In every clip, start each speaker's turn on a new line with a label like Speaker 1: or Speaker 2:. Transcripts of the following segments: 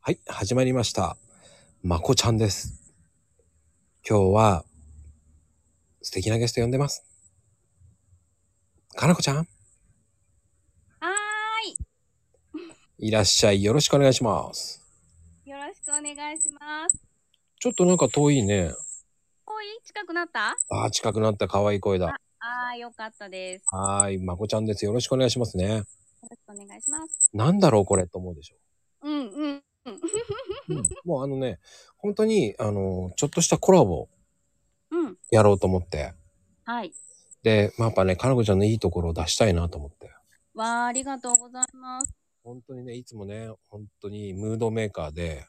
Speaker 1: はい、始まりました。まこちゃんです。今日は、素敵なゲスト呼んでます。かなこちゃん、
Speaker 2: は
Speaker 1: いらっしゃい。よろしくお願いします。
Speaker 2: ーい。よろしくお願いします。
Speaker 1: ちょっとなんか遠いね。
Speaker 2: おい近くなった
Speaker 1: ああ、近くなった可愛い声だ。
Speaker 2: あー、よかったです。
Speaker 1: はーい、まこちゃんです。よろしくお願いしますね。
Speaker 2: よろしくお願いします。
Speaker 1: なんだろうこれと思うでしょ。
Speaker 2: うんうん。
Speaker 1: うん、もうあのね、本当に、あの、ちょっとしたコラボ
Speaker 2: うん。
Speaker 1: やろうと思って。
Speaker 2: はい。
Speaker 1: で、まあ、やっぱね、かなこちゃんのいいところを出したいなと思って。
Speaker 2: わー、ありがとうございます。
Speaker 1: 本当にねいつもね本当にムードメーカー で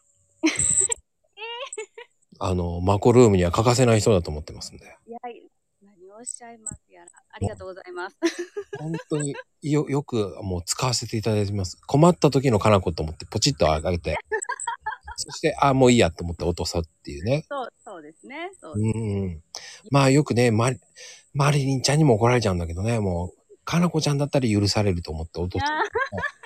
Speaker 1: あのマコルームには欠かせない人だと思ってますんで
Speaker 2: いやい、何をおっしゃいますやら。ありがとうございます。
Speaker 1: 本当によよくもう使わせていただいてます困った時のかな子と思ってポチッと上げてそしてあもういいやと思って落とさっていうね
Speaker 2: そう、そうですね。そう
Speaker 1: う。んうんまあよくねマリマリリンちゃんにも怒られちゃうんだけどねもうかなこちゃんだったら許されると思って落とす
Speaker 2: あー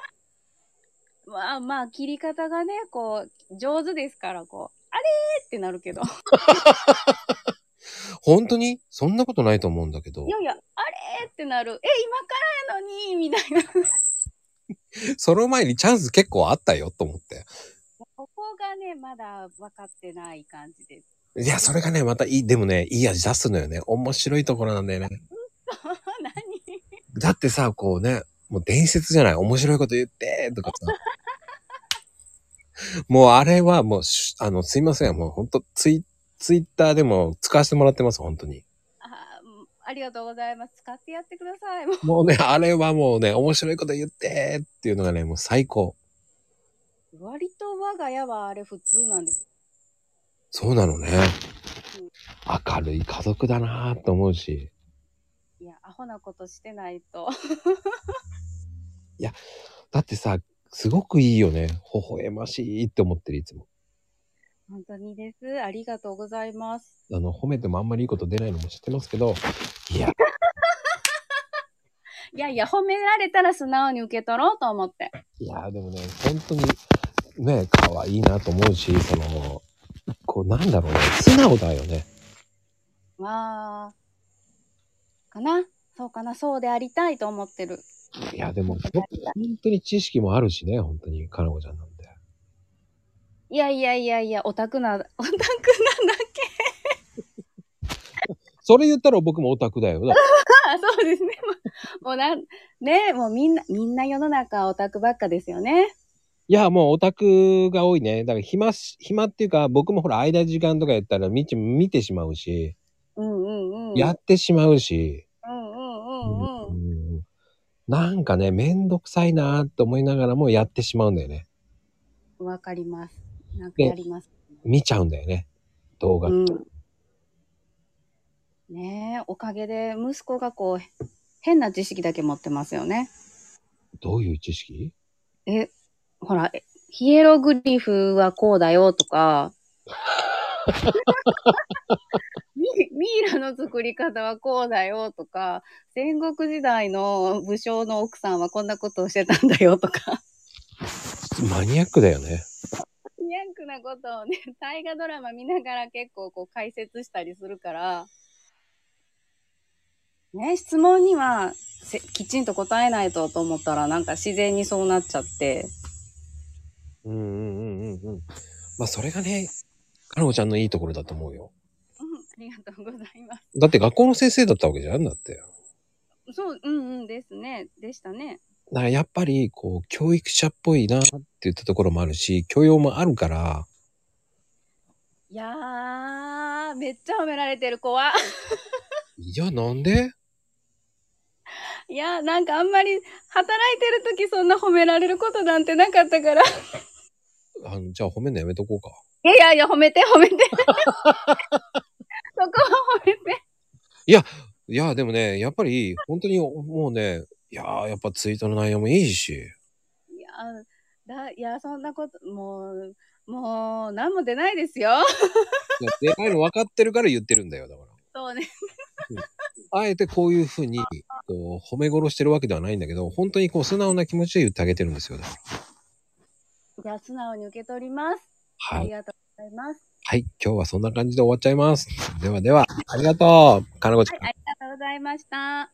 Speaker 2: まあまあ、切り方がね、こう、上手ですから、こう、あれーってなるけ ど。
Speaker 1: 本当にそんなことないと思うんだけど
Speaker 2: いやいや、あれーってなる。え、今からやのにみたいな。
Speaker 1: その前にチャンス結構あったよと思って
Speaker 2: ここがね、まだ分かってない感じです。
Speaker 1: いや、それがね、またいい、でもね、いい味出すのよね。面白いところなんだよね。
Speaker 2: 何
Speaker 1: だってさ、こうね、もう伝説じゃない。面白いこと言って、とかさ。 もうあれはもうし、あの、すいません。もうほんと、ツイ、ツイッターでも使わせてもらってます、本当に。
Speaker 2: あーうんありがとうございます。使ってやってください。もう
Speaker 1: もうね、あれはもうね、面白いこと言って、っていうのがね、もう最高。
Speaker 2: 割と我が家はあれ普通なんです。
Speaker 1: そうなのね。明るい家族だなぁと思うし。
Speaker 2: いや、アホなことしてないと。
Speaker 1: だってさ、すごくいいよね。微笑ましいって思ってる、いつも。
Speaker 2: 本当にです。ありがとうございます。
Speaker 1: あの、褒めてもあんまりいいこと出ないのも知ってますけど、いや、
Speaker 2: いやいや、褒められたら素直に受け取ろうと思って。
Speaker 1: いや、でもね、本当に、ね、可愛いなと思うし、その、こう、なんだろうね、素直だよね。
Speaker 2: まあ、かなそうかなそうでありたいと思ってる。
Speaker 1: いや、でも、ほん本当に知識もあるしね、本当に、かなこちゃんなんで。
Speaker 2: いやいやいやいや、オタクな、オタクなんだっけ
Speaker 1: それ言ったら僕もオタクだよ。だ
Speaker 2: あそうですね。もうもうなん、ねもうみんな、みんな世の中オタクばっかですよね。
Speaker 1: いや、もうオタクが多いね。だから暇し、暇っていうか、僕もほら、間時間とかやったら見ち、見てしまうし、
Speaker 2: うんうんうん。
Speaker 1: やってしまうし、
Speaker 2: うんうんうんうん。
Speaker 1: うんなんかね、めんどくさいなーって思いながらもやってしまうんだよね。
Speaker 2: わかります。なんかやります。
Speaker 1: 見ちゃうんだよね動画、
Speaker 2: うん。ねえ、おかげで息子がこう、変な知識だけ持ってますよね。
Speaker 1: どういう知識
Speaker 2: え、ほら、えヒエログリフはこうだよとか、ミミイラの作り方はこうだよとか、戦国時代の武将の奥さんはこんなことをしてたんだよとか、
Speaker 1: マニアックだよね
Speaker 2: ニャンクなことをね、 大河ドラマ見ながら結構こう解説したりするから、ね、質問にはせきちんと答えないとと思ったら、なんか自然にそうなっちゃって。
Speaker 1: うんうんうんうんうんまあそれがねかのこちゃんのいいところだと思うよ
Speaker 2: うん、 ありがとうございます。
Speaker 1: だって学校の先生だったわけじゃんだって
Speaker 2: そう、うんうんですね。でしたね。
Speaker 1: だからやっぱりこう教育者っぽいなって言ったところもあるし教養もあるから
Speaker 2: いやー、めっちゃ褒められてる子は。
Speaker 1: いやなんで
Speaker 2: いやー、なんかあんまり働いてる時そんな褒められることなんてなかったから。
Speaker 1: あのじゃあ褒めるのやめとこうか
Speaker 2: いやいやいや、褒めて、褒めて。 そこは褒めて。
Speaker 1: いやでもねやっぱり本当にもうねいやーやっぱツイートの内容もいいし
Speaker 2: いやー、だいやそんなこと、もう、もう、なんも出ないですよ。
Speaker 1: いやでかいの分かってるから言ってるんだよだから
Speaker 2: そうね。
Speaker 1: あえてこういうふうに、こう、褒め殺してるわけではないんだけど、本当にこう、素直な気持ちで言ってあげてるんですよ。だから
Speaker 2: じゃあ素直に受け取ります。
Speaker 1: は
Speaker 2: あり
Speaker 1: い。
Speaker 2: がとうございます。
Speaker 1: はい。今日はそんな感じで終わっちゃいます。ではでは、ありがとう。かなこちゃん。
Speaker 2: はい、ありがとうございました。